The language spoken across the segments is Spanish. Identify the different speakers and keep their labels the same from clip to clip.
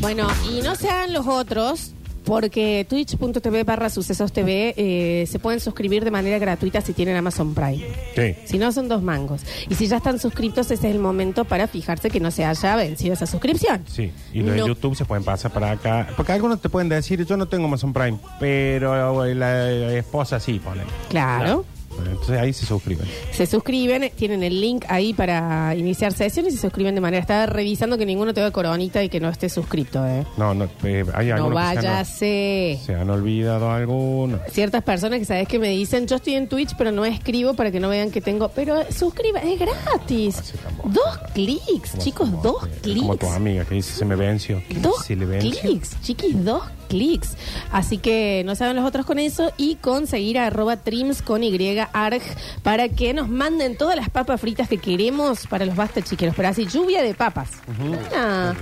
Speaker 1: Bueno, y no sean los otros, porque twitch.tv barra sucesos TV eh, se pueden suscribir de manera gratuita si tienen Amazon Prime.
Speaker 2: Sí.
Speaker 1: Si no, son dos mangos. Y si ya están suscritos, ese es el momento para fijarse que no se haya vencido esa suscripción.
Speaker 2: Sí, y los
Speaker 1: No.
Speaker 2: de YouTube se pueden pasar para acá. Porque algunos te pueden decir, yo no tengo Amazon Prime, pero la esposa sí, pone.
Speaker 1: Claro.
Speaker 2: Bueno, entonces ahí se suscriben.
Speaker 1: Se suscriben, eh, tienen el link ahí para iniciar sesiones y se suscriben de manera. Está revisando que ninguno tenga coronita y que no esté suscrito, ¿eh?
Speaker 2: No, no, eh, hay
Speaker 1: No eh.
Speaker 2: algunos que se han-
Speaker 1: váyase.
Speaker 2: se han olvidado algunos.
Speaker 1: Ciertas personas que sabes que me dicen, yo estoy en Twitch, pero no escribo para que no vean que tengo. Pero suscriba, es gratis.
Speaker 2: Así tampoco.
Speaker 1: Dos clics,
Speaker 2: Como-
Speaker 1: chicos,
Speaker 2: como-
Speaker 1: dos
Speaker 2: eh, Como tu
Speaker 1: clics.
Speaker 2: amiga que dice, se me venció. ¿Qué
Speaker 1: Dos
Speaker 2: se le venció?
Speaker 1: clics, chiquis, dos clics. Así que no saben los otros con eso y conseguir a arroba trims con y arg para que nos manden todas las papas fritas que queremos para los basta chiqueros. Pero así, lluvia de papas. Una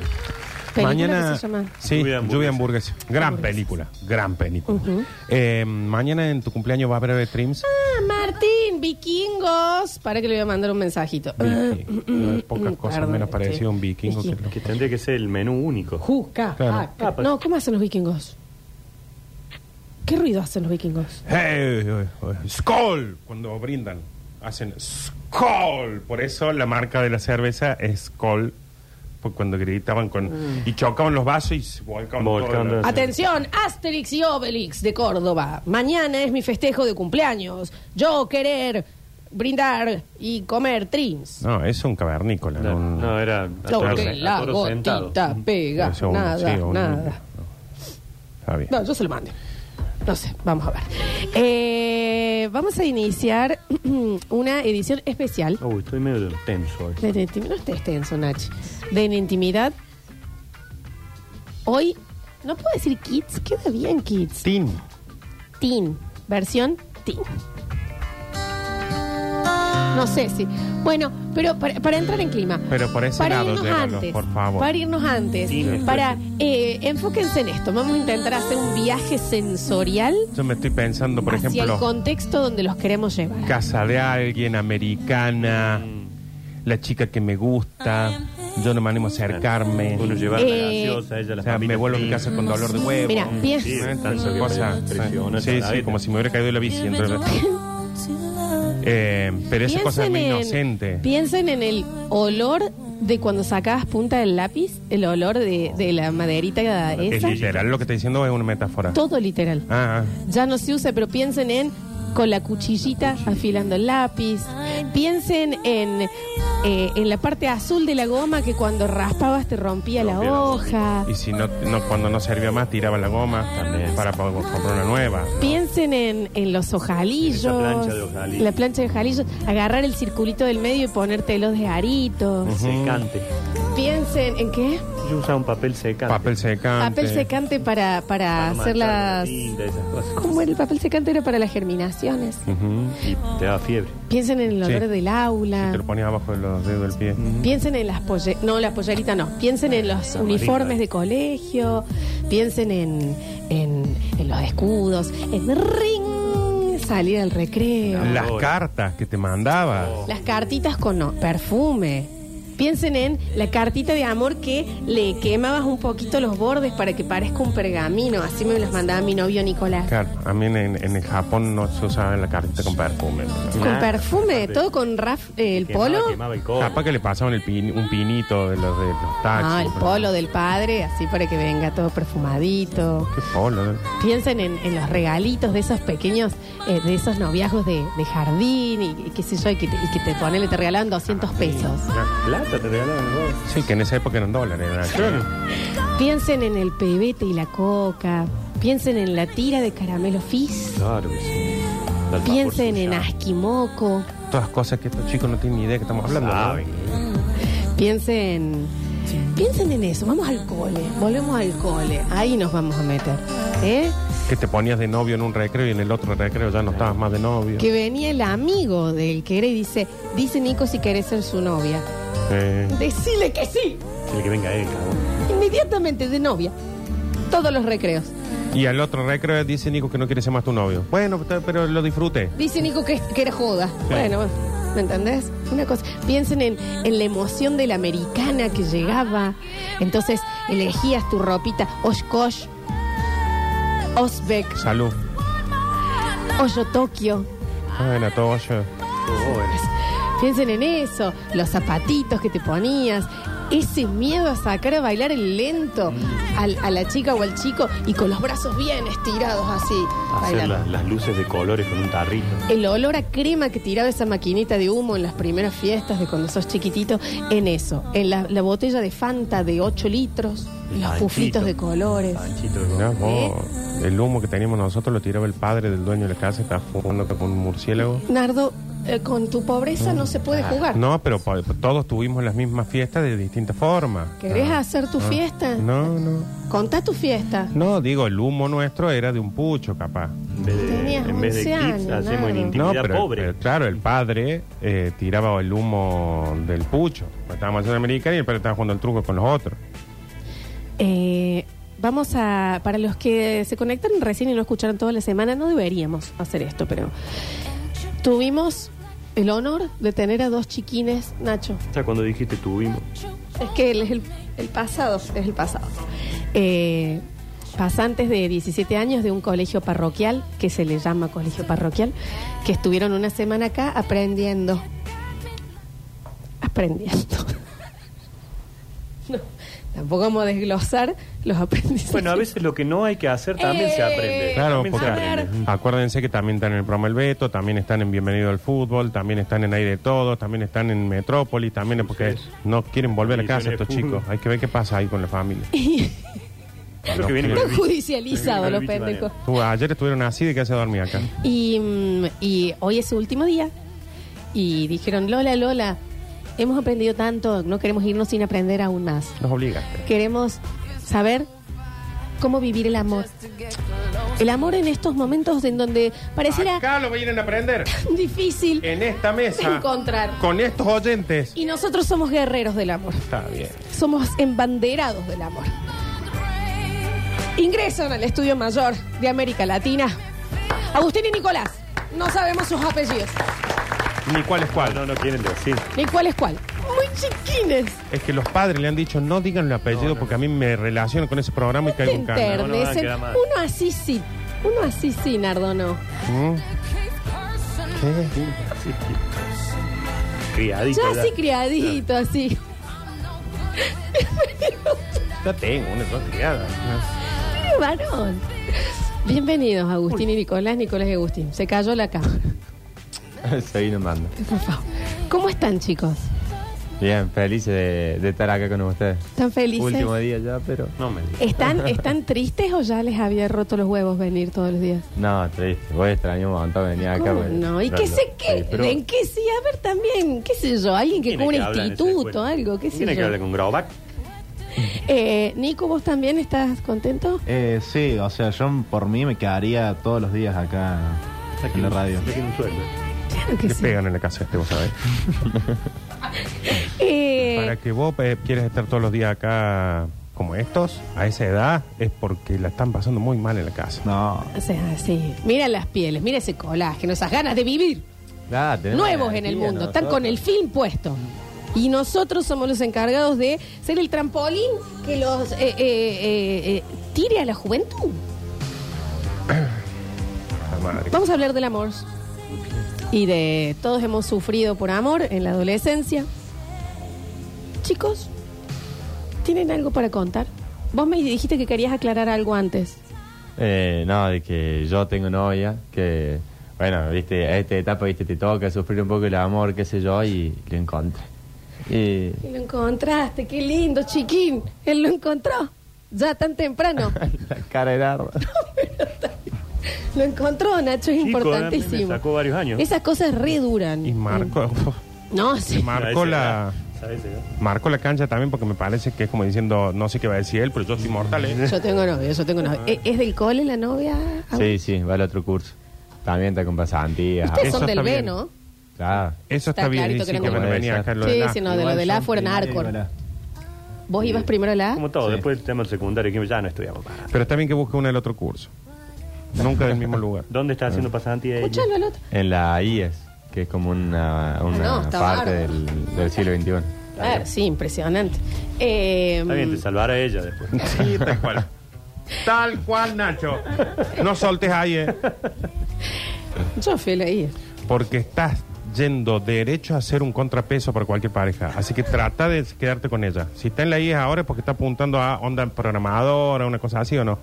Speaker 1: película
Speaker 2: Mañana,
Speaker 1: que se llama.
Speaker 2: sí,
Speaker 3: Lluvia de hamburguesas.
Speaker 2: Lluvia de hamburguesas. Gran película, gran película. Eh, mañana en tu cumpleaños va a haber streams.
Speaker 1: Ah, Martín, vikingos. Para que le voy a mandar un mensajito.
Speaker 2: Viking. No hay pocas
Speaker 1: mm,
Speaker 2: cosas
Speaker 1: Perdón,
Speaker 2: menos parecido a un vikingo que
Speaker 1: Vikingo.
Speaker 2: lo-
Speaker 3: Que tendría que ser el menú único.
Speaker 1: Juca.
Speaker 2: Claro.
Speaker 1: ah, ca- No, ¿cómo hacen los vikingos? ¿Qué ruido hacen los vikingos?
Speaker 2: Hey, hey, hey. ¡Skol! Cuando brindan, hacen ¡Skol! Por eso la marca de la cerveza es Skol. Porque cuando gritaban con. Y chocaban los vasos y se volcaban.
Speaker 3: Volcaban
Speaker 2: todo.
Speaker 3: los-
Speaker 1: Atención, Asterix y Obelix de Córdoba. Mañana es mi festejo de cumpleaños. Yo querer brindar y comer trims.
Speaker 2: No, es un cavernícola.
Speaker 3: No,
Speaker 2: un-
Speaker 3: no, era a toro-
Speaker 1: Sobre
Speaker 3: a
Speaker 1: la
Speaker 3: toro sentado.
Speaker 1: gotita pega.
Speaker 2: es un-
Speaker 1: nada,
Speaker 2: sí, un-
Speaker 1: nada.
Speaker 2: Está bien.
Speaker 1: No, yo se lo mandé. No sé, vamos a ver. Eh, vamos a iniciar una edición especial.
Speaker 3: Uy, estoy medio tenso hoy.
Speaker 1: De la intimi- no estés tenso, Nachi. De la intimidad. Hoy, no puedo decir kids, queda bien kids.
Speaker 2: Tin.
Speaker 1: Teen, versión teen. No sé si. Bueno, pero para, para entrar en clima.
Speaker 2: Pero por ese
Speaker 1: para
Speaker 2: lado,
Speaker 1: irnos
Speaker 2: llévalo,
Speaker 1: antes.
Speaker 2: por favor.
Speaker 1: Para irnos antes.
Speaker 3: Teen.
Speaker 1: Para. eh, enfóquense en esto. Vamos a intentar hacer un viaje sensorial
Speaker 2: Yo me estoy pensando, por
Speaker 1: hacia el
Speaker 2: ejemplo,
Speaker 1: contexto donde los queremos llevar.
Speaker 2: casa de alguien americana, la chica que me gusta, yo no me animo a acercarme.
Speaker 3: Uno lleva la
Speaker 1: Eh,
Speaker 3: gaseosa, ella
Speaker 2: O
Speaker 3: las
Speaker 2: sea, me
Speaker 3: palomitas
Speaker 2: vuelvo a mi
Speaker 3: fritas.
Speaker 2: casa con dolor de huevo.
Speaker 1: Mira, pies.
Speaker 3: Sí,
Speaker 2: ¿Eh?
Speaker 3: tanto que
Speaker 2: Cosa-
Speaker 3: presiona,
Speaker 2: Sí, sí,
Speaker 3: saladita.
Speaker 2: como si me hubiera caído la bici. entonces- Eh, pero esa cosa es muy inocente.
Speaker 1: Piensen en el olor de cuando sacabas punta del lápiz, el olor de, de la maderita
Speaker 2: Es
Speaker 1: esa.
Speaker 2: literal lo que estoy diciendo es una metáfora.
Speaker 1: Todo literal.
Speaker 2: Ah, ah.
Speaker 1: Ya no se usa, pero piensen en con la cuchillita afilando el lápiz. Piensen en, eh, en la parte azul de la goma que cuando raspabas te rompía la
Speaker 3: Rompía la
Speaker 1: hoja.
Speaker 2: y si no, no- cuando no servía más tiraba la goma
Speaker 3: También.
Speaker 2: para po- comprar una nueva.
Speaker 1: Piensen en, en los ojalillos.
Speaker 3: En esa plancha de ojalillos.
Speaker 1: La plancha de ojalillos. Agarrar el circulito del medio y ponértelo de aritos.
Speaker 3: Secante.
Speaker 1: Piensen en qué?
Speaker 3: Yo usaba un papel secante.
Speaker 2: Papel secante.
Speaker 1: Papel secante para, para
Speaker 3: Para
Speaker 1: hacer las...
Speaker 3: tinta, esas cosas.
Speaker 1: ¿Cómo era el papel secante? Era para las germinaciones.
Speaker 2: Ujú.
Speaker 3: Y te da fiebre.
Speaker 1: Piensen en el
Speaker 2: Sí.
Speaker 1: olor del aula.
Speaker 2: Te lo ponías abajo de los dedos del pie.
Speaker 1: Piensen en las polle... No, las polleritas no. Piensen en los
Speaker 3: La
Speaker 1: uniformes
Speaker 3: marina.
Speaker 1: de colegio. Piensen en, en, en los escudos. En ring. Salir al recreo.
Speaker 2: Las cartas que te mandaba.
Speaker 3: Oh.
Speaker 1: Las cartitas con no, perfume. Piensen en la cartita de amor que le quemabas un poquito los bordes para que parezca un pergamino. Así me las mandaba mi novio Nicolás.
Speaker 2: Claro, a mí en, en- en Japón no se usaba la cartita con perfume.
Speaker 1: Con
Speaker 3: Nada,
Speaker 1: perfume,
Speaker 3: aparte.
Speaker 1: todo con Raf, eh, el
Speaker 3: Quemaba-
Speaker 1: polo.
Speaker 3: Quemaba el codo.
Speaker 2: Capaz que le pasaban el pin- un pinito de los, de los taxis.
Speaker 1: Ah, el
Speaker 2: pero-
Speaker 1: polo del padre, así para que venga todo perfumadito.
Speaker 2: ¿Qué polo? eh?
Speaker 1: Piensen en, en los regalitos de esos pequeños, eh, de esos noviazgos de, de jardín y, y qué sé yo, y que te, y que te ponele, te regalan 200 pesos.
Speaker 3: Plata te regalaban vos.
Speaker 2: Sí, que en esa época eran dólares. eran-
Speaker 1: Piensen en el pebete y la coca. Piensen en la tira de caramelo fizz.
Speaker 3: Claro que sí. Del vapor
Speaker 1: Piensen en
Speaker 3: Ah, suya.
Speaker 1: asquimoco.
Speaker 2: Todas cosas que estos chicos no tienen ni idea que estamos hablando. ¿no?
Speaker 3: Saben.
Speaker 1: Piensen, piensen en eso. Vamos al cole. Volvemos al cole. Ahí nos vamos a meter. ¿Eh?
Speaker 2: Que te ponías de novio en un recreo y en el otro recreo ya no estabas más de novio.
Speaker 1: Que venía el amigo del que era y dice, dice Nico si querés ser su novia.
Speaker 2: Eh,
Speaker 1: Decile que sí.
Speaker 3: El que venga él, cabrón.
Speaker 1: Inmediatamente de novia. Todos los recreos.
Speaker 2: y al otro recreo dice Nico que no quiere ser más tu novio. Bueno, pero- pero lo disfrute.
Speaker 1: Dice Nico que, que era joda.
Speaker 2: Sí.
Speaker 1: Bueno, ¿Me entendés? Una cosa. Piensen en, en la emoción de la americana que llegaba. Entonces elegías tu ropita Oshkosh, Osbeck,
Speaker 2: Salud.
Speaker 1: Oyo Tokio. Ah.
Speaker 2: Bueno, todo yo.
Speaker 1: Piensen en eso, los zapatitos que te ponías, ese miedo a sacar a bailar el lento
Speaker 3: Mm.
Speaker 1: al- a la chica o al chico y con los brazos bien estirados así.
Speaker 3: Hacer
Speaker 1: bailando.
Speaker 3: las, las luces de colores con un tarrito.
Speaker 1: El olor a crema que tiraba esa maquinita de humo en las primeras fiestas de cuando sos chiquitito, en eso, en la, la botella de Fanta de 8 litros,
Speaker 3: El
Speaker 1: los
Speaker 3: panchito.
Speaker 1: pufitos de colores.
Speaker 3: Panchito de
Speaker 2: Mirá
Speaker 3: colores.
Speaker 2: vos, el humo que teníamos nosotros lo tiraba el padre del dueño de la casa, estaba fumando con un murciélago.
Speaker 1: Nardo, eh, con tu pobreza no se
Speaker 3: Ah,
Speaker 1: puede jugar.
Speaker 2: No, pero pa- todos tuvimos las mismas fiestas de distintas formas.
Speaker 1: ¿Querés
Speaker 2: Ah,
Speaker 1: hacer tu
Speaker 2: ah.
Speaker 1: fiesta?
Speaker 2: No, no.
Speaker 1: Contá tu fiesta.
Speaker 2: No, digo, el humo nuestro era de un pucho, capaz.
Speaker 3: En vez de,
Speaker 1: Tenías
Speaker 3: en vez de
Speaker 1: 11 años,
Speaker 3: kids,
Speaker 1: nada.
Speaker 3: hacemos en
Speaker 2: No,
Speaker 3: intimidad
Speaker 2: pero, eh,
Speaker 3: pobre.
Speaker 2: pero claro, el padre eh, tiraba el humo del pucho. Estábamos haciendo americana y el padre estaba jugando el truco con los otros.
Speaker 1: Eh, vamos a. Para los que se conectan recién y no escucharon toda la semana, no deberíamos hacer esto, pero. Tuvimos el honor de tener a dos chiquines, Nacho.
Speaker 3: Ya cuando dijiste tuvimos.
Speaker 1: Es que él es el, el pasado, es el pasado. Eh, pasantes de 17 años de un colegio parroquial, que se le llama colegio parroquial, que estuvieron una semana acá aprendiendo. Aprendiendo. No, tampoco vamos a desglosar los aprendizajes.
Speaker 3: Bueno, a veces lo que no hay que hacer también se aprende.
Speaker 1: Eh,
Speaker 2: Claro,
Speaker 3: También se
Speaker 2: porque
Speaker 1: a ver.
Speaker 3: aprende.
Speaker 2: acuérdense que también están en el programa El Beto, también están en Bienvenido al Fútbol, también están en Aire de Todos, también están en Metrópolis, también es porque
Speaker 3: Sí.
Speaker 2: no quieren volver a casa
Speaker 3: Ediciones
Speaker 2: estos
Speaker 3: de fútbol.
Speaker 2: chicos. Hay que ver qué pasa ahí con la familia.
Speaker 3: Creo que viene con el
Speaker 1: Están
Speaker 3: bicho.
Speaker 1: judicializados los
Speaker 3: El bicho
Speaker 1: pendejos.
Speaker 2: Tú, ayer estuvieron así de que se dormía acá.
Speaker 1: Y, mm, y hoy es su último día. Y dijeron, Lola, Lola, hemos aprendido tanto, no queremos irnos sin aprender aún más.
Speaker 2: Nos obligaste.
Speaker 1: Queremos saber cómo vivir el amor. El amor en estos momentos en donde pareciera
Speaker 2: Acá lo vienen a aprender.
Speaker 1: tan difícil
Speaker 2: En esta mesa.
Speaker 1: encontrar.
Speaker 2: Con estos oyentes.
Speaker 1: Y nosotros somos guerreros del amor.
Speaker 2: Está bien.
Speaker 1: Somos embanderados del amor. Ingresan al estudio mayor de América Latina. Agustín y Nicolás. No sabemos sus apellidos.
Speaker 2: Ni cuál es cuál.
Speaker 3: Ah, No, no quieren decir.
Speaker 1: Ni cuál es cuál. Muy chiquines.
Speaker 2: Es que los padres le han dicho no digan el apellido porque a mí me relaciono con ese programa y
Speaker 1: Te
Speaker 2: caigo en cana.
Speaker 3: enter- no van a
Speaker 1: enternecen.
Speaker 3: quedar mal.
Speaker 1: ¿eh? Uno así sí. Uno así sí, Nardo, no.
Speaker 2: ¿Mm? ¿Qué?
Speaker 3: Sí, sí. Criadito.
Speaker 1: Ya
Speaker 3: ya.
Speaker 1: así criadito, así.
Speaker 2: Ya tengo una dos criadas.
Speaker 1: Mira, varón. Bienvenidos, Agustín y Nicolás, Nicolás y Agustín. Se cayó la cámara.
Speaker 4: Seguí nomás.
Speaker 1: Por favor. ¿Cómo están, chicos?
Speaker 4: Bien, feliz de, de estar acá con ustedes.
Speaker 1: ¿Están felices?
Speaker 4: Último día ya, pero.
Speaker 3: No me digas.
Speaker 1: ¿Están, ¿Están tristes o ya les había roto los huevos venir todos los días?
Speaker 4: No, triste. Voy a extrañar un montón venir acá.
Speaker 1: ¿Cómo
Speaker 4: pero-
Speaker 1: no? ¿Y qué
Speaker 4: pero-
Speaker 1: sé qué?
Speaker 4: pero-
Speaker 1: ¿En qué sí? A ver también, qué sé yo, alguien que
Speaker 3: Tiene
Speaker 1: cubre
Speaker 3: hablar en esa
Speaker 1: instituto,
Speaker 3: escuela.
Speaker 1: algo, qué sé
Speaker 3: Tiene que
Speaker 1: yo.
Speaker 3: hablar con Grauback.
Speaker 1: Eh, Nico, ¿vos también estás contento?
Speaker 5: Eh, sí, o sea, yo por mí me quedaría todos los días acá en la radio.
Speaker 3: Tiene un sueldo.
Speaker 1: Claro que
Speaker 2: Le
Speaker 1: sí.
Speaker 2: pegan en la casa este, vos sabés.
Speaker 1: Eh,
Speaker 2: Para que vos eh, quieras estar todos los días acá como estos, a esa edad, es porque la están pasando muy mal en la casa.
Speaker 5: No,
Speaker 1: o sea, sí. Mira las pieles, mira ese colágeno, esas ganas de vivir.
Speaker 4: Ah, tenemos
Speaker 1: Nuevos en el
Speaker 4: energía
Speaker 1: mundo, están
Speaker 4: nosotros.
Speaker 1: con el film puesto. Y nosotros somos los encargados de ser el trampolín que los eh, eh, eh, eh, tire a la juventud.
Speaker 2: La madre.
Speaker 1: Vamos a hablar del amor. Y de todos hemos sufrido por amor en la adolescencia. Chicos, ¿tienen algo para contar? Vos me dijiste que querías aclarar algo antes.
Speaker 4: Eh, no, de que yo tengo novia, que. Bueno, viste, a esta etapa, viste, te toca sufrir un poco el amor, qué sé yo, y lo encontré. Y.
Speaker 1: Y lo encontraste, qué lindo, chiquín. Él lo encontró. Ya tan temprano.
Speaker 4: la cara de Nardo.
Speaker 1: Lo encontró, Nacho, es
Speaker 3: Chico, a mí
Speaker 1: importantísimo.
Speaker 3: me sacó varios años.
Speaker 1: Esas cosas reduran.
Speaker 2: Y marco,
Speaker 1: No, sí.
Speaker 2: marco la.
Speaker 3: ¿Sabes? ¿eh?
Speaker 2: Marco la cancha también porque me parece que es como diciendo, no sé qué va a decir él, pero yo soy mortal, ¿eh?
Speaker 1: Yo tengo novia, yo tengo novia.
Speaker 3: Ah.
Speaker 1: ¿E- ¿Es del cole la novia?
Speaker 4: Sí, sí, va al otro curso. También está con pasantías.
Speaker 3: ah,
Speaker 4: Ah.
Speaker 1: Ustedes
Speaker 2: Eso
Speaker 1: son del
Speaker 2: está
Speaker 1: B,
Speaker 2: bien.
Speaker 1: ¿no?
Speaker 4: Claro.
Speaker 2: Eso
Speaker 1: Está
Speaker 2: está, bien.
Speaker 1: clarito
Speaker 2: y sí
Speaker 1: que
Speaker 2: que
Speaker 4: no
Speaker 2: van a
Speaker 4: puede
Speaker 2: venir
Speaker 4: ser.
Speaker 2: acá lo de
Speaker 1: Sí,
Speaker 2: la-
Speaker 1: sí, no, de lo de la fuera narco. ¿Vos ibas primero a la A?
Speaker 3: Como todo,
Speaker 4: Sí.
Speaker 3: después el tema del secundario, que ya no estudiamos para.
Speaker 2: Pero está bien que busque una del otro curso. Nunca del mismo lugar.
Speaker 3: ¿Dónde está haciendo pasantía ella?
Speaker 1: Escuchalo al otro.
Speaker 4: En la IES. que es como una, una
Speaker 1: Ah, no, está
Speaker 4: parte
Speaker 1: bárbaro.
Speaker 4: del, del siglo XXI.
Speaker 1: Claro, Ah, sí, impresionante. Eh,
Speaker 3: Está bien, te salvará ella después.
Speaker 2: Sí, tal cual. Tal cual, Nacho. No soltes ahí, eh,
Speaker 1: yo fui a la IA.
Speaker 2: porque estás yendo derecho a ser un contrapeso para cualquier pareja. Así que trata de quedarte con ella. Si está en la IES ahora es porque está apuntando a onda programadora, una cosa así o no.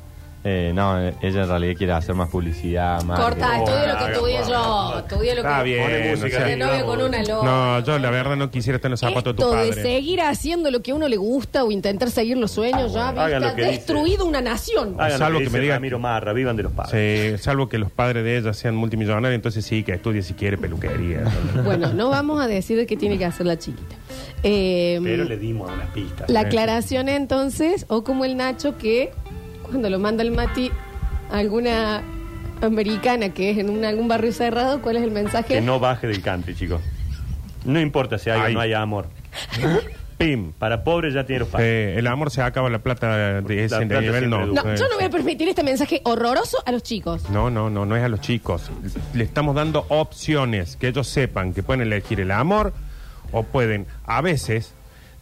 Speaker 4: Eh, no, eh, ella en realidad quiere hacer más publicidad, más.
Speaker 1: Corta,
Speaker 4: que-
Speaker 1: estudio lo que estudié yo. Estudio lo
Speaker 2: Está
Speaker 1: que
Speaker 2: bien.
Speaker 3: Pone
Speaker 2: o
Speaker 3: música
Speaker 2: sea,
Speaker 1: De
Speaker 3: ahí,
Speaker 1: novio
Speaker 3: vamos.
Speaker 1: con una loca.
Speaker 2: no, yo la verdad no quisiera estar en los zapatos de tu
Speaker 1: Esto de
Speaker 2: padre.
Speaker 1: seguir haciendo lo que a uno le gusta o intentar seguir los sueños ya
Speaker 3: Ah, bueno. Hagan
Speaker 1: viste,
Speaker 3: lo que
Speaker 1: ha
Speaker 3: dice.
Speaker 1: destruido una nación.
Speaker 2: Ah,
Speaker 3: Hagan
Speaker 2: Salvo
Speaker 3: lo
Speaker 2: que
Speaker 3: que,
Speaker 2: me diga-
Speaker 3: Miro Marra, vivan de los padres.
Speaker 2: Sí, salvo que los padres de ella sean multimillonarios, entonces sí, que estudie si quiere peluquería. ¿no?
Speaker 1: Bueno, no vamos a decir qué tiene que hacer la chiquita. Eh,
Speaker 3: Pero le dimos unas pistas.
Speaker 1: la
Speaker 3: Eh.
Speaker 1: aclaración entonces, o como el Nacho que cuando lo manda el Mati a alguna americana que es en un- algún barrio cerrado, ¿cuál es el mensaje?
Speaker 3: Que no baje del country, chicos. No importa si hay o
Speaker 2: Ay.
Speaker 3: no hay amor.
Speaker 2: Pim.
Speaker 3: Para pobres ya tiene los padres.
Speaker 2: Eh, el amor se acaba, la plata de ese
Speaker 3: La plata
Speaker 2: nivel
Speaker 3: siempre
Speaker 2: no.
Speaker 1: No,
Speaker 2: Eh,
Speaker 1: yo no voy a permitir este mensaje horroroso a los chicos.
Speaker 2: No, no, no, no es a los chicos. Le estamos dando opciones que ellos sepan que pueden elegir el amor o pueden a veces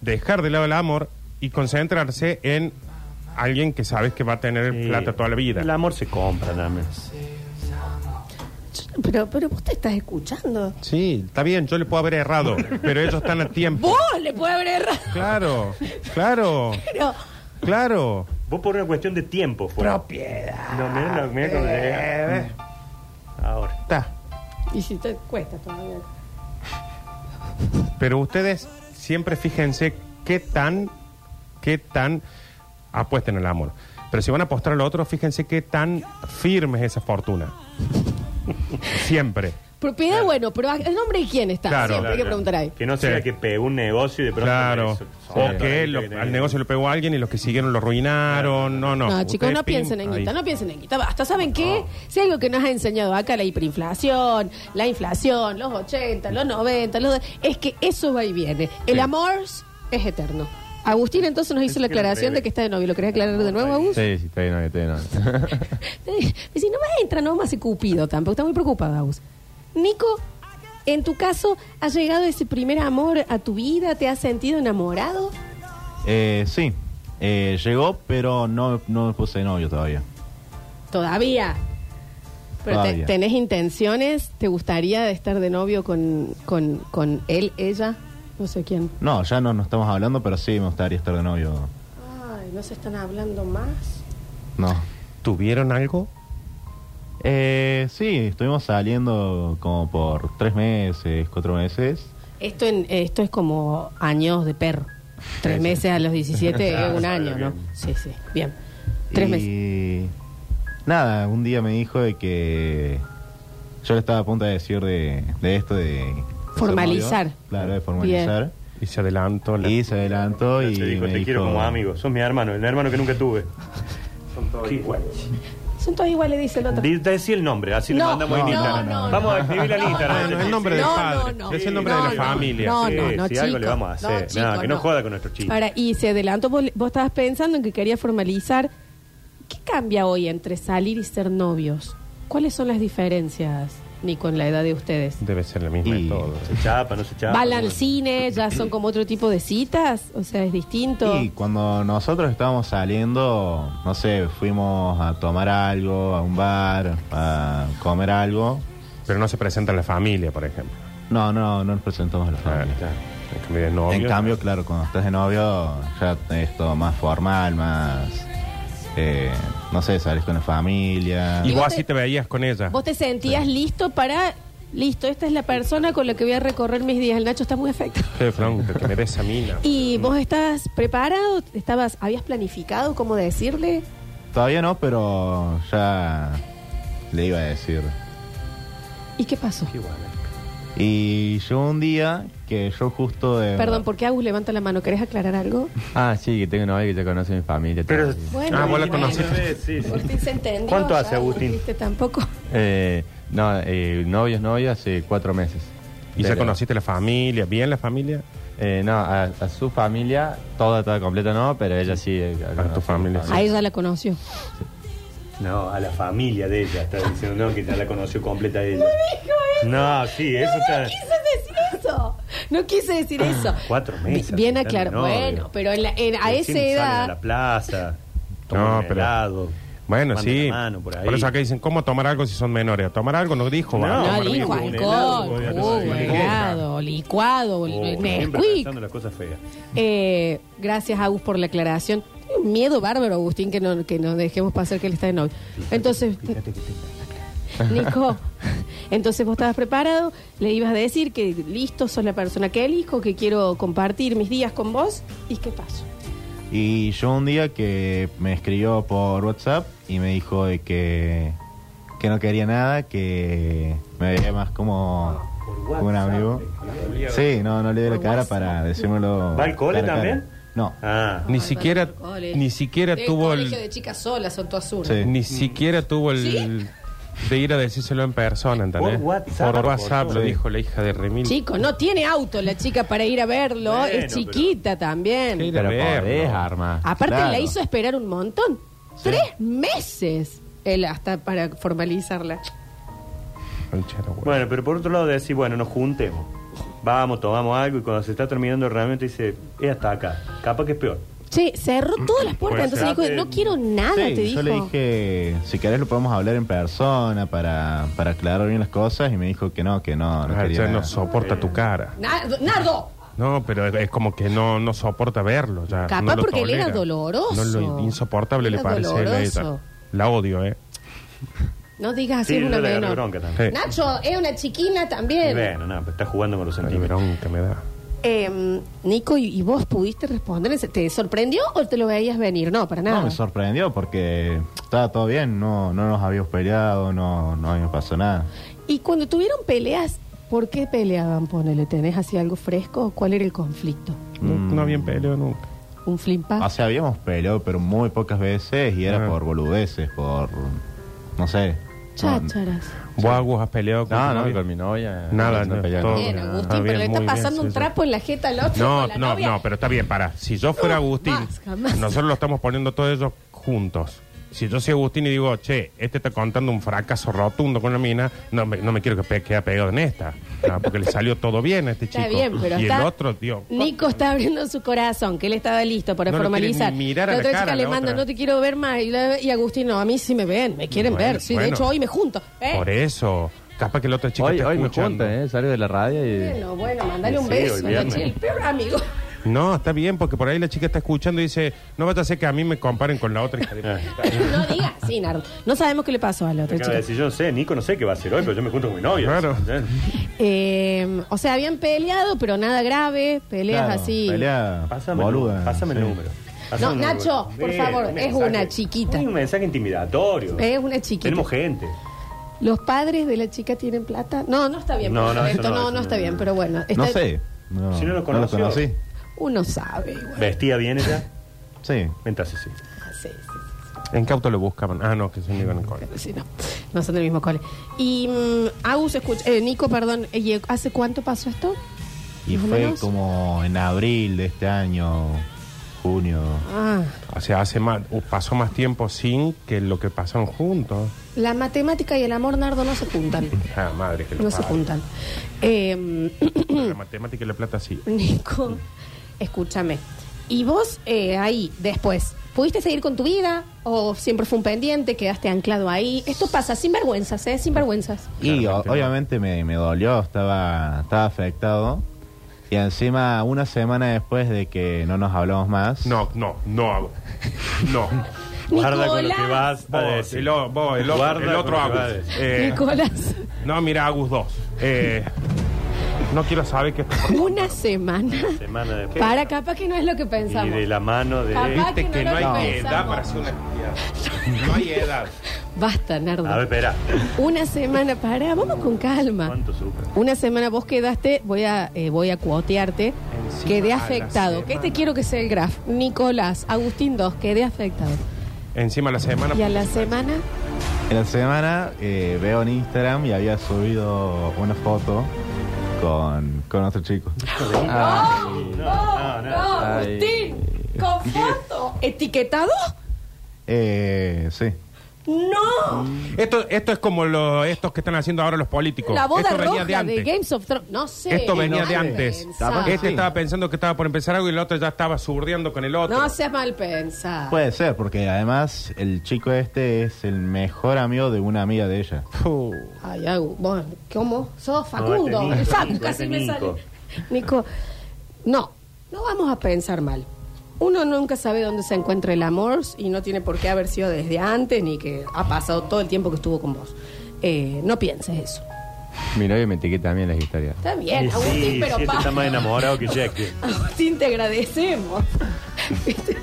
Speaker 2: dejar de lado el amor y concentrarse en alguien que sabes que va a tener
Speaker 3: Sí.
Speaker 2: plata toda la vida.
Speaker 3: El amor se compra también.
Speaker 1: Pero, pero vos te estás escuchando.
Speaker 2: Sí, está bien, yo le puedo haber errado, pero ellos están a tiempo.
Speaker 1: Vos le puede haber errado.
Speaker 2: Claro, claro,
Speaker 1: Pero,
Speaker 2: claro.
Speaker 3: Vos por una cuestión de tiempo fue.
Speaker 2: Propiedad.
Speaker 3: No, mirá, la- mirá cómo llega.
Speaker 2: Eh,
Speaker 3: Ahora.
Speaker 2: Está.
Speaker 1: y si te cuesta todavía.
Speaker 2: Pero ustedes siempre fíjense qué tan, qué tan apuesten el amor. Pero si van a apostar al otro, fíjense qué tan firme es esa fortuna. siempre.
Speaker 1: Propiedad, bueno, pero ¿el nombre de quién está?
Speaker 2: Claro,
Speaker 1: Siempre hay que
Speaker 3: Claro.
Speaker 1: preguntar ahí.
Speaker 3: Que no
Speaker 2: Sí.
Speaker 3: sea que pegó un negocio y de pronto.
Speaker 2: Claro.
Speaker 3: eso, son
Speaker 2: O
Speaker 3: todas
Speaker 2: que
Speaker 3: las
Speaker 2: lo-
Speaker 3: que
Speaker 2: al
Speaker 3: tenés.
Speaker 2: negocio lo pegó alguien y los que siguieron lo arruinaron. No, no.
Speaker 1: No, chicos,
Speaker 2: Ustedes
Speaker 1: no
Speaker 2: pin-
Speaker 1: piensen en
Speaker 2: ahí.
Speaker 1: guita, no piensen en guita. Basta, ¿saben qué? Si algo que nos ha enseñado acá la hiperinflación, la inflación, los 80, los 90, los... es que eso va y viene. El amor es eterno. Agustín entonces nos hizo
Speaker 3: Es
Speaker 1: la
Speaker 3: que era
Speaker 1: aclaración de
Speaker 3: breve.
Speaker 1: que está de novio. ¿Lo querés aclarar de nuevo, Agus?
Speaker 4: Sí, sí, está bien, no, está bien, no.
Speaker 1: Eh, Y si no me entra no más Cupido tampoco, está muy preocupada, Agus. Nico, en tu caso, ¿ha llegado ese primer amor a tu vida? ¿Te has sentido enamorado?
Speaker 5: Eh, sí, Eh, llegó, pero no, no me puse de novio todavía.
Speaker 1: Todavía. Pero te-
Speaker 5: Todavía.
Speaker 1: ¿Tenés intenciones? ¿Te gustaría estar de novio con, con, con él, ella? No sé quién.
Speaker 5: No, ya no nos estamos hablando, pero sí me gustaría estar de novio.
Speaker 1: Ay, no se están hablando más.
Speaker 5: No.
Speaker 2: ¿Tuvieron algo?
Speaker 5: Eh, sí, estuvimos saliendo como por tres meses, cuatro meses.
Speaker 1: Esto, en, esto es como años de perro. Tres meses a los 17 es un año, ¿no? Sí, sí. Bien. Tres
Speaker 5: y...
Speaker 1: meses.
Speaker 5: Nada, un día me dijo de que yo le estaba a punto de decir de, de esto de...
Speaker 1: Formalizar.
Speaker 5: de ser novio. Claro, de formalizar.
Speaker 2: Y se adelantó. la-
Speaker 5: Y se adelantó y...
Speaker 3: Te dijo,
Speaker 5: me
Speaker 3: te quiero
Speaker 5: dijo-
Speaker 3: como amigo. Sos mi hermano, el hermano que nunca tuve. Son todos
Speaker 1: Son todos iguales, dice el otro.
Speaker 3: Decí el nombre, así le
Speaker 1: No,
Speaker 3: mandamos en
Speaker 5: no,
Speaker 3: Instagram.
Speaker 1: no,
Speaker 3: Vamos a
Speaker 1: no.
Speaker 3: escribirle al
Speaker 1: No,
Speaker 2: Ah,
Speaker 3: Instagram.
Speaker 2: no, el nombre del
Speaker 1: No,
Speaker 2: padre.
Speaker 1: no, no.
Speaker 2: Es el nombre
Speaker 1: No,
Speaker 2: de la
Speaker 1: no,
Speaker 2: familia.
Speaker 1: no,
Speaker 2: Sí.
Speaker 1: no, no,
Speaker 3: si algo le
Speaker 1: chico.
Speaker 3: vamos a hacer.
Speaker 1: No, chico,
Speaker 3: Nada, que no
Speaker 1: no.
Speaker 3: joda con nuestros chicos.
Speaker 1: Ahora, y se adelantó, vos, vos estabas pensando en que querías formalizar. ¿Qué cambia hoy entre salir y ser novios? ¿Cuáles son las diferencias, Nico, en la edad de ustedes?
Speaker 2: Debe ser la misma
Speaker 5: Y-
Speaker 2: en todo.
Speaker 3: Se chapa, no se chapa.
Speaker 1: ¿Van al cine? ¿Ya son como otro tipo de citas? O sea, es distinto.
Speaker 5: Y cuando nosotros estábamos saliendo, no sé, fuimos a tomar algo, a un bar, a comer algo.
Speaker 2: Pero no se presenta la familia, por ejemplo.
Speaker 5: No, no, no nos presentamos a la
Speaker 2: Ah,
Speaker 5: familia.
Speaker 2: claro. En cambio de novio.
Speaker 5: En cambio, claro, cuando estás de novio, ya es todo más formal, más. eh, no sé, sales con la familia.
Speaker 2: Y
Speaker 1: Y
Speaker 2: vos
Speaker 1: Ah. vos
Speaker 2: así
Speaker 1: te-
Speaker 2: te veías con ella.
Speaker 1: ¿Vos te sentías listo para.? Listo, esta es la persona con la que voy a recorrer mis días. El Nacho está muy afectado.
Speaker 2: Che, Fran, pero que me des a mina.
Speaker 1: ¿Y vos estás preparado? ¿Estabas, ¿Habías planificado cómo decirle?
Speaker 5: Todavía no, pero ya le iba a decir.
Speaker 1: ¿Y qué pasó?
Speaker 5: Y llegó un día que yo justo. de-
Speaker 1: Perdón, ¿por qué Agus levanta la mano? ¿Querés aclarar algo?
Speaker 4: Ah, sí, que tengo una novia que ya conoce mi familia.
Speaker 3: Pero,
Speaker 4: todo.
Speaker 1: Bueno,
Speaker 2: ah, vos la
Speaker 1: bueno.
Speaker 2: conociste.
Speaker 3: Sí, sí.
Speaker 1: Agustín se entendió.
Speaker 3: ¿Cuánto
Speaker 1: ya,
Speaker 3: hace, Agustín?
Speaker 1: ¿viste? Tampoco.
Speaker 4: Eh, no, eh, novios, novios hace cuatro meses.
Speaker 2: Y ya
Speaker 4: Pero-
Speaker 2: conociste la familia, bien la familia.
Speaker 4: Eh, no, a, a su familia, toda, toda completa no, pero ella sí. eh, conoce
Speaker 2: tu
Speaker 4: mi
Speaker 2: familia, sí.
Speaker 1: A ella la conoció.
Speaker 3: No, a la familia de ella. Está diciendo, no, que ya la conoció completa ella. No, sí, eso
Speaker 1: No
Speaker 3: está.
Speaker 1: quise decir eso. No quise decir eso.
Speaker 3: Ah, Cuatro meses.
Speaker 1: Bien
Speaker 3: que están
Speaker 1: aclaro.
Speaker 3: de novio.
Speaker 1: Bueno, pero en la- en- a esa
Speaker 3: Recién salen a
Speaker 1: edad.
Speaker 3: la plaza.
Speaker 2: No,
Speaker 3: No,
Speaker 2: pero-
Speaker 3: pero. Helado,
Speaker 2: Bueno,
Speaker 3: mandan
Speaker 2: sí.
Speaker 3: la mano por, ahí.
Speaker 2: eso acá dicen, ¿cómo tomar algo si son menores? ¿A tomar algo? No dijo,
Speaker 3: No,
Speaker 2: va, a tomar
Speaker 1: No,
Speaker 3: Bueno,
Speaker 1: dijo
Speaker 3: digo,
Speaker 2: vino.
Speaker 3: alcohol.
Speaker 1: alcohol,
Speaker 3: un helado,
Speaker 1: jugo,
Speaker 3: podría
Speaker 2: ser.
Speaker 1: helado, licuado,
Speaker 3: Oh, siempre
Speaker 1: Nesquik.
Speaker 3: pensando las cosas feas.
Speaker 1: Eh, gracias, Agus, por la aclaración. Tiene un miedo bárbaro, Agustín, que no, que no dejemos pasar que él está de novio. Entonces, Nico, entonces vos estabas preparado, le ibas a decir que listo, sos la persona que elijo, que quiero compartir mis días con vos. ¿Y qué pasó?
Speaker 5: Y yo un día que me escribió por WhatsApp y me dijo de que, que no quería nada, que me veía más como, como un amigo. Sí, no, no le dio la
Speaker 1: Por
Speaker 5: cara
Speaker 1: WhatsApp.
Speaker 5: para decírmelo.
Speaker 3: ¿Va al cole
Speaker 5: cara a cara.
Speaker 3: también?
Speaker 5: No.
Speaker 3: Ah,
Speaker 2: Ni siquiera,
Speaker 1: eh.
Speaker 2: ni siquiera tuvo el,
Speaker 1: chicas solas, son todas unas.
Speaker 5: Sí.
Speaker 2: ni siquiera tuvo el de ir a decírselo en persona, ¿entendés?
Speaker 3: Por WhatsApp.
Speaker 2: Por WhatsApp
Speaker 3: Por
Speaker 2: lo
Speaker 5: todo.
Speaker 2: dijo la hija de Remil.
Speaker 1: Chico, no tiene auto la chica para ir a verlo,
Speaker 3: Bueno,
Speaker 1: es
Speaker 3: pero-
Speaker 1: chiquita también.
Speaker 2: Sí, Ah,
Speaker 4: Pero
Speaker 2: verlo.
Speaker 4: podés armar.
Speaker 1: Aparte
Speaker 5: Claro.
Speaker 1: la hizo esperar un montón. Tres meses él hasta para formalizarla.
Speaker 3: bueno, pero por otro lado, decir, bueno, nos juntemos. Vamos, tomamos algo y cuando se está terminando realmente dice, es hasta acá. Capaz que es peor.
Speaker 1: Che, cerró todas las puertas,
Speaker 3: Puede
Speaker 1: entonces
Speaker 3: ser.
Speaker 1: dijo, no quiero nada,
Speaker 5: Sí,
Speaker 1: te dijo.
Speaker 5: yo le dije, si querés lo podemos hablar en persona para, para aclarar bien las cosas y me dijo que no, que no, no
Speaker 2: Ah,
Speaker 5: quería
Speaker 2: ya
Speaker 5: nada.
Speaker 2: no soporta tu cara.
Speaker 1: Nardo, Nardo,
Speaker 2: No, pero es como que no, no soporta verlo. Ya,
Speaker 1: Capaz
Speaker 2: no lo
Speaker 1: porque él era
Speaker 2: tolera.
Speaker 1: doloroso.
Speaker 2: No, lo insoportable le
Speaker 1: Era
Speaker 2: parece a él a ella.
Speaker 1: doloroso.
Speaker 2: La odio, ¿eh?
Speaker 1: no digas así
Speaker 3: Sí,
Speaker 1: es
Speaker 3: yo
Speaker 1: una
Speaker 3: le agarré
Speaker 1: menor.
Speaker 3: bronca también.
Speaker 2: Sí.
Speaker 1: Nacho, es una chiquina también.
Speaker 3: Bueno, no, pero está jugando con los
Speaker 2: Ay,
Speaker 3: sentimientos.
Speaker 2: bronca me da.
Speaker 1: Eh, Nico, ¿y, y vos pudiste responder? ese- ¿Te sorprendió o te lo veías venir? No, para nada.
Speaker 5: No, me sorprendió porque estaba todo bien, no, no nos habíamos peleado, no, no habíamos pasado nada.
Speaker 1: y cuando tuvieron peleas, ¿por qué peleaban? Ponele, ¿tenés así algo fresco? ¿Cuál era el conflicto?
Speaker 2: No, no habían peleado nunca.
Speaker 1: ¿Un flimpa?
Speaker 5: O sea, habíamos peleado, pero muy pocas veces y era
Speaker 2: Ah.
Speaker 5: por boludeces, por. no sé. No,
Speaker 1: Chácharas.
Speaker 2: ¿Vos, Agus, has peleado con tu
Speaker 4: No,
Speaker 2: novia?
Speaker 4: no, con mi novia.
Speaker 2: Nada,
Speaker 4: no,
Speaker 2: no,
Speaker 4: peleé
Speaker 2: todo.
Speaker 4: nunca.
Speaker 1: Bien,
Speaker 2: Ah,
Speaker 1: Agustín,
Speaker 2: bien,
Speaker 1: pero le está
Speaker 2: muy bien,
Speaker 1: pasando
Speaker 2: sí,
Speaker 1: un
Speaker 2: sí.
Speaker 1: trapo en la jeta al otro.
Speaker 2: No,
Speaker 1: con la
Speaker 2: no,
Speaker 1: novia.
Speaker 2: no, pero está bien, para. Si yo fuera
Speaker 1: No,
Speaker 2: Agustín,
Speaker 1: más, jamás.
Speaker 2: nosotros lo estamos poniendo todos ellos juntos. Si yo soy Agustín y digo, che, este está contando un fracaso rotundo con la mina, no me, no me quiero que pe- quede pegado en esta. No, porque le salió todo bien a este
Speaker 1: Está
Speaker 2: chico.
Speaker 1: bien, pero
Speaker 2: y
Speaker 1: está.
Speaker 2: el otro, tío.
Speaker 1: Nico está abriendo su corazón, que él estaba listo para
Speaker 2: No lo
Speaker 1: formalizar.
Speaker 2: quiere ni mirar a la
Speaker 1: otra
Speaker 2: cara
Speaker 1: chica
Speaker 2: a
Speaker 1: le
Speaker 2: la
Speaker 1: manda,
Speaker 2: otra.
Speaker 1: no te quiero ver más. Y, la- y Agustín, no, a mí sí me ven, me quieren
Speaker 2: Bueno,
Speaker 1: ver. Sí, de
Speaker 2: bueno.
Speaker 1: hecho, hoy me junto. ¿Eh?
Speaker 2: Por eso. Capaz que la otra chica
Speaker 4: Hoy,
Speaker 2: está
Speaker 4: hoy me
Speaker 2: escuchando.
Speaker 4: junta, ¿eh? Salgo de la radio y...
Speaker 1: Bueno, bueno, mandale un
Speaker 3: Sí,
Speaker 1: beso.
Speaker 3: hoy
Speaker 1: la
Speaker 3: viernes.
Speaker 1: chica, el peor amigo.
Speaker 2: No, está bien, porque por ahí la chica está escuchando y dice, no vaya a ser que a mí me comparen con la otra hija de
Speaker 4: Eh.
Speaker 2: puta.
Speaker 1: no digas, sí, Nardo. No sabemos qué le pasó a la otra
Speaker 3: Ah, Acaba de
Speaker 1: chica.
Speaker 3: decir, yo no sé, Nico no sé qué va a hacer hoy, pero yo me junto con mi novia.
Speaker 2: Claro.
Speaker 1: Eh, o sea, habían peleado, pero nada grave. Peleas
Speaker 5: claro,
Speaker 1: así.
Speaker 5: Pelea,
Speaker 3: Pásame,
Speaker 5: boluda.
Speaker 3: el, pásame el
Speaker 5: sí.
Speaker 3: número. Pásame
Speaker 1: No,
Speaker 3: el número.
Speaker 1: Nacho, por
Speaker 3: Ve,
Speaker 1: favor,
Speaker 3: un
Speaker 1: es
Speaker 3: mensaje.
Speaker 1: una chiquita.
Speaker 3: Un mensaje intimidatorio.
Speaker 1: Es una chiquita.
Speaker 3: Tenemos gente.
Speaker 1: ¿Los padres de la chica tienen plata? No, no está bien.
Speaker 3: No,
Speaker 1: por
Speaker 3: no,
Speaker 1: momento,
Speaker 3: eso no,
Speaker 1: no,
Speaker 3: eso
Speaker 1: no está
Speaker 3: no.
Speaker 1: bien, pero bueno.
Speaker 5: No
Speaker 1: está-
Speaker 5: sé. No,
Speaker 3: Si no lo
Speaker 5: no
Speaker 3: conoció.
Speaker 5: conocí.
Speaker 1: Uno sabe igual.
Speaker 3: Vestía bien ella.
Speaker 5: Sí.
Speaker 3: Entonces sí.
Speaker 1: Sí, sí.
Speaker 2: ¿En qué auto lo buscaban? Ah, no, que se iban al cole.
Speaker 1: Sí, no, no son del mismo cole. Y mm, Agus, escucha, eh, Nico, perdón, eh, ¿hace cuánto pasó esto?
Speaker 5: Y
Speaker 1: ¿Más o
Speaker 5: fue
Speaker 1: menos?
Speaker 5: como en abril de este año, junio.
Speaker 1: Ah,
Speaker 2: O sea, hace más, uh, pasó más tiempo sin que lo que pasaron juntos.
Speaker 1: la matemática y el amor, Nardo, no se juntan.
Speaker 2: Ah, madre que lo
Speaker 1: No se
Speaker 2: parió.
Speaker 1: juntan. Eh,
Speaker 2: La matemática y la plata sí.
Speaker 1: Nico, escúchame. ¿Y vos eh, ahí, después, pudiste seguir con tu vida? ¿O siempre fue un pendiente? ¿Quedaste anclado ahí? Esto pasa sin vergüenzas, ¿eh? Sin vergüenzas.
Speaker 5: Y o-
Speaker 2: Claramente no.
Speaker 5: obviamente me, me dolió, estaba, estaba afectado. Y encima, una semana después de que no nos hablamos más.
Speaker 2: No, no, no hago. No.
Speaker 3: Guarda con lo que
Speaker 1: Nicolás.
Speaker 3: vas a
Speaker 2: Vos,
Speaker 3: decir.
Speaker 2: el, o- vos, el otro,
Speaker 3: Guarda
Speaker 2: el otro
Speaker 3: con lo que va a
Speaker 2: Agus.
Speaker 3: decir.
Speaker 2: Eh,
Speaker 1: Nicolás,
Speaker 2: no, mira, Agus 2. Eh, no quiero saber qué
Speaker 1: una semana.
Speaker 3: Semana después.
Speaker 1: Para, capaz que no es lo que
Speaker 3: Y
Speaker 1: pensamos.
Speaker 3: de la mano de.
Speaker 1: Capaz
Speaker 2: Viste que no,
Speaker 1: lo
Speaker 2: hay
Speaker 1: pensamos.
Speaker 2: edad para hacer una actividad. No hay edad.
Speaker 1: Basta, Nardo.
Speaker 3: A ver, espera.
Speaker 1: Una semana, para, vamos con calma.
Speaker 3: ¿Cuánto sufre?
Speaker 1: Una semana vos quedaste, voy a, eh, voy a cuotearte,
Speaker 2: Encima
Speaker 1: quedé
Speaker 2: a la
Speaker 1: afectado.
Speaker 2: semana.
Speaker 1: Que este quiero que sea el graf. Nicolás, Agustín 2, quedé afectado.
Speaker 2: Encima la semana.
Speaker 1: Y a la semana,
Speaker 5: En la semana eh, veo en Instagram y había subido una foto con, con otro chico.
Speaker 3: No, no, no.
Speaker 1: Agustín, con foto, etiquetado.
Speaker 5: Eh, sí.
Speaker 1: ¡No!
Speaker 2: Mm. Esto, esto es como los estos que están haciendo ahora los políticos.
Speaker 1: La boda
Speaker 2: esto
Speaker 1: roja de, Games of Thrones. No sé.
Speaker 2: Esto venía
Speaker 1: no
Speaker 2: de
Speaker 1: mal
Speaker 2: antes.
Speaker 1: pensado.
Speaker 2: Este
Speaker 5: Sí.
Speaker 2: estaba pensando que estaba por empezar algo y el otro ya estaba surdeando con el otro.
Speaker 1: No seas mal pensado.
Speaker 5: Puede ser, porque además el chico este es el mejor amigo de una amiga de ella.
Speaker 2: Puh.
Speaker 1: Ay, ay, vos, ¿cómo? Sos Facundo.
Speaker 3: No, este Nico,
Speaker 1: Facu
Speaker 3: Nico,
Speaker 1: casi
Speaker 3: este
Speaker 1: me
Speaker 3: Nico.
Speaker 1: sale. Nico, no, no vamos a pensar mal. Uno nunca sabe dónde se encuentra el amor y no tiene por qué haber sido desde antes ni que ha pasado todo el tiempo que estuvo con vos. Eh, no pienses eso.
Speaker 4: Mi novio me etiqueta también las historias.
Speaker 1: Está bien,
Speaker 3: Sí,
Speaker 1: Agustín,
Speaker 3: sí,
Speaker 1: pero
Speaker 3: sí, este
Speaker 1: pa-
Speaker 3: está más enamorado que Shakespeare.
Speaker 1: Agustín, te agradecemos. Este,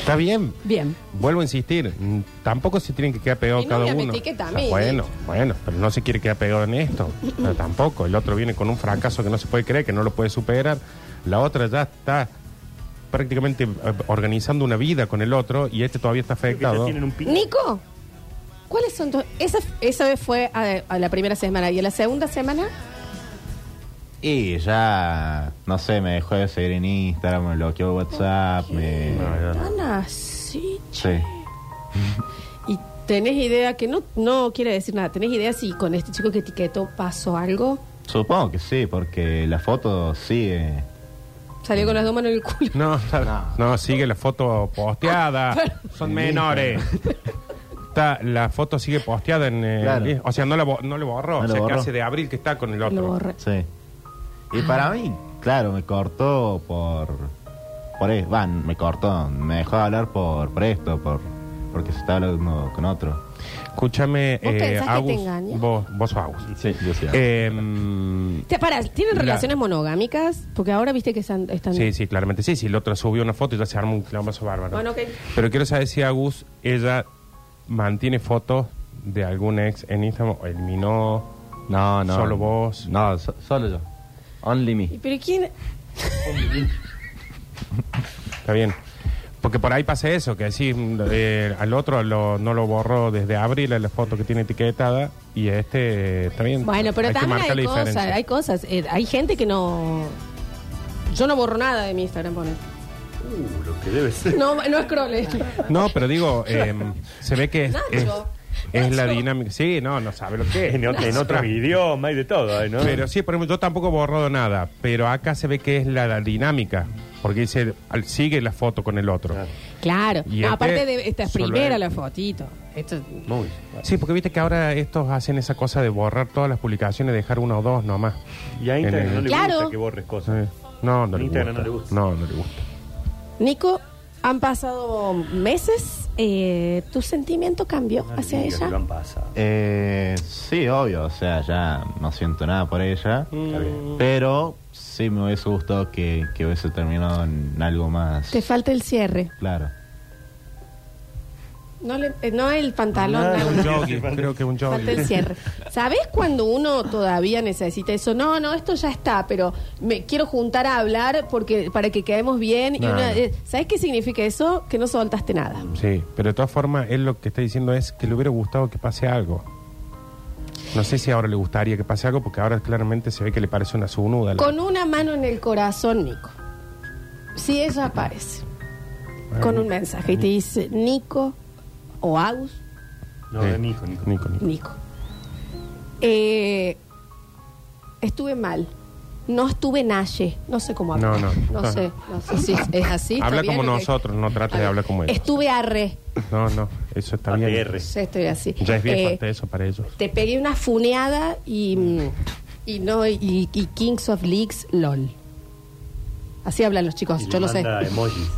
Speaker 2: Está bien.
Speaker 1: bien.
Speaker 2: Vuelvo a insistir, mm, tampoco se tienen que quedar pegados
Speaker 1: Mi
Speaker 2: cada
Speaker 1: novia me
Speaker 2: uno.
Speaker 1: etiqueta a
Speaker 2: O sea,
Speaker 1: mí.
Speaker 2: bueno, bueno, pero no se quiere quedar pegado en esto. O sea, tampoco. El otro viene con un fracaso que no se puede creer, que no lo puede superar. La otra ya está prácticamente eh, organizando una vida con el otro y este todavía está
Speaker 3: Que ya
Speaker 2: afectado.
Speaker 3: tienen un pico.
Speaker 1: Nico, ¿cuáles son tus...? Esa, esa vez fue a, a la primera semana y a la segunda semana...
Speaker 5: Y ya, no sé, me dejó de seguir en Instagram, me bloqueó WhatsApp, me...
Speaker 2: Ah,
Speaker 1: Tan así, che.
Speaker 5: Sí.
Speaker 1: Y tenés idea que no, no quiere decir nada. ¿Tenés idea si con este chico que etiquetó pasó algo?
Speaker 5: Supongo que sí, porque la foto sigue.
Speaker 2: Mm.
Speaker 1: Salió con las dos manos en el culo.
Speaker 2: No, no, no, sigue la foto
Speaker 5: Ah,
Speaker 2: posteada. Son menores. Está, la foto sigue posteada en. eh,
Speaker 5: Claro.
Speaker 2: O sea, no la, bo- no le borró.
Speaker 5: No
Speaker 2: o
Speaker 5: la
Speaker 2: sea, que
Speaker 5: borró.
Speaker 2: hace de abril que está con el
Speaker 1: Lo
Speaker 2: otro.
Speaker 1: borré.
Speaker 5: Sí. Y
Speaker 2: Ah.
Speaker 5: para mí, claro, me cortó por... Por eso, van, me cortó, me dejó de hablar por, por esto, por, porque se estaba hablando con otro.
Speaker 2: Escúchame,
Speaker 1: ¿Vos
Speaker 2: eh,
Speaker 1: pensás que te
Speaker 2: Agus,
Speaker 1: engaña?
Speaker 2: vos, vos sos Agus.
Speaker 4: Sí, yo sí.
Speaker 2: Eh,
Speaker 1: Te- Para, ¿tienen
Speaker 2: La-
Speaker 1: relaciones monogámicas? Porque ahora viste que están... están-
Speaker 2: sí, sí, claramente. Sí, sí, la otra subió una foto y ya se arma un quilombazo bárbaro.
Speaker 1: Bueno, Ah, ok.
Speaker 2: Pero quiero saber si Agus, ella mantiene fotos de algún ex en Instagram o eliminó.
Speaker 4: No, no.
Speaker 2: Solo vos.
Speaker 4: No, so- solo yo. Only me.
Speaker 1: ¿Y ¿Pero quién...?
Speaker 2: Está bien. Porque por ahí pasa eso, que así mm, eh, al otro lo- no lo borró desde abril a la foto que tiene etiquetada y a este eh, está bien.
Speaker 1: Bueno, pero
Speaker 2: Hay que
Speaker 1: también
Speaker 2: marcar
Speaker 1: hay
Speaker 2: la
Speaker 1: cosas,
Speaker 2: diferencia.
Speaker 1: hay cosas. Eh, hay gente que no... Yo no borro nada de mi Instagram, poner.
Speaker 3: Uh, lo que debe ser.
Speaker 1: No, no scrolles.
Speaker 2: No, pero digo, eh, se ve que es,
Speaker 1: Nacho.
Speaker 2: es, es la
Speaker 1: Nacho.
Speaker 2: dinámica. Sí, no, no sabe lo que es.
Speaker 3: En, otro- en otros idiomas y de todo, ¿eh? ¿no?
Speaker 2: Pero sí, por ejemplo, yo tampoco he borrado nada, pero acá se ve que es la, la dinámica, porque dice, al- sigue la foto con el otro.
Speaker 3: Ah,
Speaker 1: Claro.
Speaker 2: Y
Speaker 1: No,
Speaker 2: este
Speaker 1: aparte de... Esta es
Speaker 2: solo
Speaker 1: primera
Speaker 2: él.
Speaker 1: la fotito. Esto...
Speaker 3: Muy.
Speaker 2: Sí, porque viste que ahora estos hacen esa cosa de borrar todas las publicaciones, dejar una o dos nomás.
Speaker 3: Y a
Speaker 2: En
Speaker 3: Instagram
Speaker 2: el-
Speaker 3: no le
Speaker 1: Claro.
Speaker 3: gusta que borres
Speaker 2: Sí.
Speaker 3: cosas.
Speaker 2: No, no le
Speaker 3: Instagram no le
Speaker 2: gusta.
Speaker 3: gusta.
Speaker 2: No, no le gusta.
Speaker 1: Nico, han pasado meses. eh, ¿Tu sentimiento cambió
Speaker 3: No le
Speaker 1: hacia
Speaker 3: digas que lo
Speaker 1: ella?
Speaker 3: han pasado.
Speaker 5: Eh, sí, obvio, o sea, ya no siento nada por ella,
Speaker 3: Está bien.
Speaker 2: Mm.
Speaker 5: pero sí me hubiese gustado que, que hubiese terminado en algo más
Speaker 1: Te falta el cierre.
Speaker 5: claro.
Speaker 1: No, le- eh, no el pantalón.
Speaker 3: Ah,
Speaker 1: no,
Speaker 2: Un
Speaker 1: no.
Speaker 2: jogging, creo que un
Speaker 1: Falta el
Speaker 2: jogging.
Speaker 1: cierre. ¿Sabes cuando uno todavía necesita eso? No, no, esto ya está, pero me quiero juntar a hablar porque para que quedemos bien. y
Speaker 2: No,
Speaker 1: una-
Speaker 2: no.
Speaker 1: eh, ¿Sabes qué significa eso? Que no soltaste nada.
Speaker 2: Sí, pero de todas formas, él lo que está diciendo es que le hubiera gustado que pase algo. No sé si ahora le gustaría que pase algo, porque ahora claramente se ve que le parece una sunuda.
Speaker 1: Con una mano en el corazón, Nico. Si ella aparece con un mensaje y te dice Nico o Agus,
Speaker 3: No,
Speaker 2: Sí.
Speaker 3: de Nico, Nico.
Speaker 2: Nico, Nico.
Speaker 1: Nico. Eh, estuve mal. No estuve nalle. No sé cómo hablar.
Speaker 2: No, no.
Speaker 1: No sé. No sé si es así. está
Speaker 2: Habla
Speaker 1: bien
Speaker 2: como
Speaker 1: lo que- este-
Speaker 2: nosotros, no trates de hablar como ellos.
Speaker 1: Estuve arre.
Speaker 2: No, no, eso está bien.
Speaker 3: ATR.
Speaker 1: Sí, estoy así.
Speaker 2: Ya es bien
Speaker 1: Eh,
Speaker 2: fuerte eso para ellos.
Speaker 1: Te pegué una funeada y. mm, Y no, y, y Kings of Leagues, LOL. Así hablan los chicos,
Speaker 3: Y le
Speaker 1: yo lo sé.
Speaker 3: manda emojis.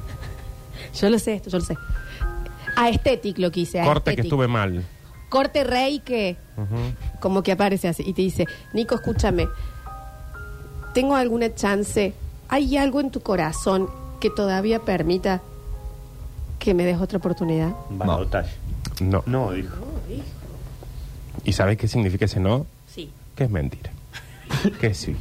Speaker 1: Yo lo sé esto, yo lo sé. Aesthetic lo que hice.
Speaker 2: Corte que
Speaker 1: aesthetic.
Speaker 2: estuve mal.
Speaker 1: Corte rey que.
Speaker 2: Ujú.
Speaker 1: como que aparece así y te dice, Nico, escúchame, ¿tengo alguna chance? ¿Hay algo en tu corazón que todavía permita que me des otra oportunidad?
Speaker 3: Balotaje.
Speaker 2: No.
Speaker 3: No, dijo.
Speaker 2: ¿Y sabes qué significa ese no?
Speaker 1: Sí.
Speaker 2: Que es mentira. que sí.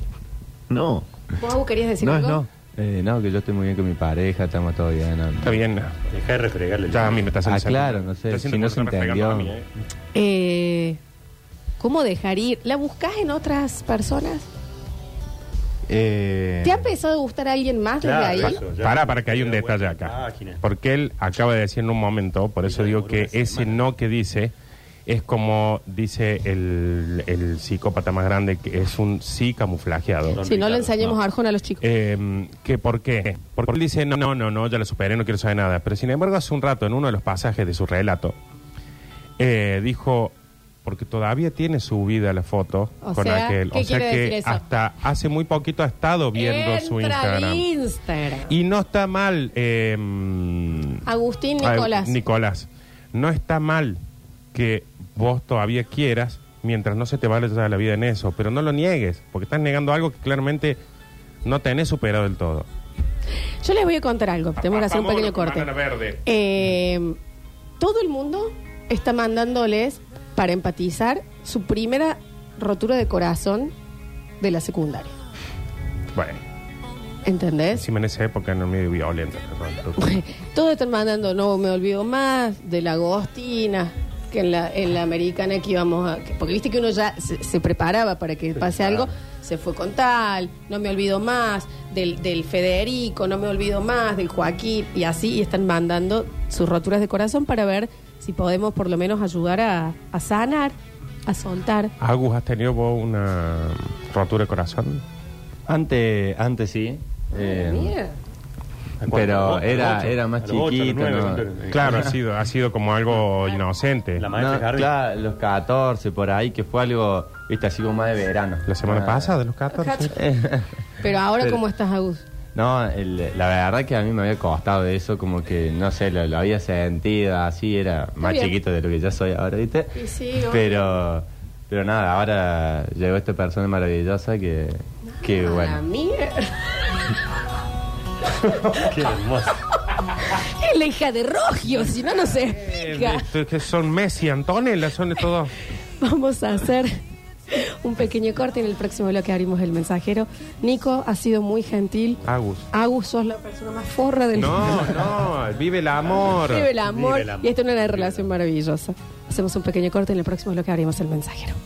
Speaker 5: No,
Speaker 1: ¿Vos Abu, querías decir
Speaker 5: no es
Speaker 1: algo?
Speaker 5: no.
Speaker 4: Eh, no, que yo estoy muy bien con mi pareja, estamos todo bien. no.
Speaker 2: Está bien.
Speaker 3: Deja de refregarle. el-
Speaker 2: Ya a mí me está haciendo
Speaker 4: Ah,
Speaker 2: sentido.
Speaker 4: claro, no sé,
Speaker 2: Estoy haciendo
Speaker 4: si no
Speaker 2: como
Speaker 4: se
Speaker 2: que me está pegando
Speaker 4: entendió.
Speaker 2: a mí, ¿eh?
Speaker 1: Eh, ¿Cómo dejar ir? ¿La buscas en otras personas?
Speaker 5: Eh,
Speaker 1: ¿Te ha empezado a gustar a alguien más desde
Speaker 3: Claro,
Speaker 1: ahí?
Speaker 3: eso. Ya.
Speaker 2: Para, para que hay un
Speaker 3: Pero
Speaker 2: detalle
Speaker 3: bueno,
Speaker 2: acá.
Speaker 3: página.
Speaker 2: Porque él acaba de decir en un momento, por eso
Speaker 3: ya
Speaker 2: digo
Speaker 3: demoró
Speaker 2: que
Speaker 3: una
Speaker 2: ese
Speaker 3: semana.
Speaker 2: no que dice es como dice el, el psicópata más grande, que es un sí camuflajeado.
Speaker 3: Don
Speaker 1: Si no le
Speaker 3: Ricardo,
Speaker 1: enseñemos
Speaker 3: no.
Speaker 1: a Arjona a los chicos.
Speaker 2: Eh, que por qué? Porque él dice, no, no, no, no, ya lo superé, no quiero saber nada. Pero sin embargo, hace un rato, en uno de los pasajes de su relato, eh, dijo, porque todavía tiene su vida la foto
Speaker 1: O
Speaker 2: con
Speaker 1: sea,
Speaker 2: aquel.
Speaker 1: ¿qué
Speaker 2: O sea
Speaker 1: quiere decir
Speaker 2: que
Speaker 1: eso?
Speaker 2: hasta hace muy poquito ha estado viendo su
Speaker 1: Entra al
Speaker 2: Instagram.
Speaker 1: Instagram.
Speaker 2: Y no está mal. eh,
Speaker 1: Agustín
Speaker 2: ay,
Speaker 1: Nicolás.
Speaker 2: Nicolás. No está mal que vos todavía quieras mientras no se te vaya la vida en eso, pero no lo niegues, porque estás negando algo que claramente no tenés superado del todo.
Speaker 1: Yo les voy a contar algo. Tenemos que hacer un pequeño corte. Eh, todo el mundo está mandándoles para empatizar su primera rotura de corazón de la secundaria.
Speaker 2: Bueno,
Speaker 1: ¿Entendés?
Speaker 2: encima en esa época no medio violenta. perdón.
Speaker 1: Todos están mandando, no me olvido más, de la Agostina, que en la, en la americana que íbamos a. que- porque viste que uno ya se, se preparaba para que pase algo, se fue con tal, no me olvido más, del, del Federico, no me olvido más, del Joaquín, y así, y están mandando sus roturas de corazón para ver si podemos por lo menos ayudar a, a sanar, a soltar.
Speaker 2: Agus, ¿has tenido vos una rotura de corazón?
Speaker 4: Antes, antes sí. eh,
Speaker 1: Ah, Mira.
Speaker 4: pero
Speaker 3: ¿A
Speaker 4: era,
Speaker 3: ocho?
Speaker 4: era más
Speaker 3: A los ocho, a los
Speaker 4: chiquito.
Speaker 3: nueve,
Speaker 4: ¿no?
Speaker 3: ¿cuánto era?
Speaker 2: Claro, ha sido, ha sido como algo inocente.
Speaker 3: La
Speaker 2: La,
Speaker 3: maestra
Speaker 4: No,
Speaker 3: Harvey.
Speaker 4: claro, los 14 por ahí, que fue algo, viste, así como más de verano.
Speaker 2: semana
Speaker 4: Ah,
Speaker 2: pasada, de los 14.
Speaker 1: Pero ahora,
Speaker 4: Pero-
Speaker 1: ¿cómo estás, Agus?
Speaker 4: No, el- la verdad que a mí me había costado eso, como que, no sé, lo, lo había sentido así, era más
Speaker 1: bien.
Speaker 4: chiquito de lo que ya soy ahora, ¿viste?
Speaker 1: Y sí, obvio.
Speaker 4: pero, pero nada, ahora llegó esta persona maravillosa que, que
Speaker 1: Ah,
Speaker 4: bueno.
Speaker 1: mierda.
Speaker 3: Qué hermoso.
Speaker 1: Es la hija de Rogio, si no, no se explica.
Speaker 2: Eh, que son Messi, Antonella, son de todos.
Speaker 1: Vamos a hacer un pequeño corte en el próximo bloque abrimos el mensajero. Nico ha sido muy gentil.
Speaker 2: Agus.
Speaker 1: Agus, sos la persona más forra del
Speaker 2: No,
Speaker 1: mundo.
Speaker 2: no, vive el amor.
Speaker 1: Vive el amor.
Speaker 3: Vive el amor.
Speaker 1: Y esto es una
Speaker 3: Vive el
Speaker 1: relación maravillosa. Hacemos un pequeño corte en el próximo bloque abrimos el mensajero.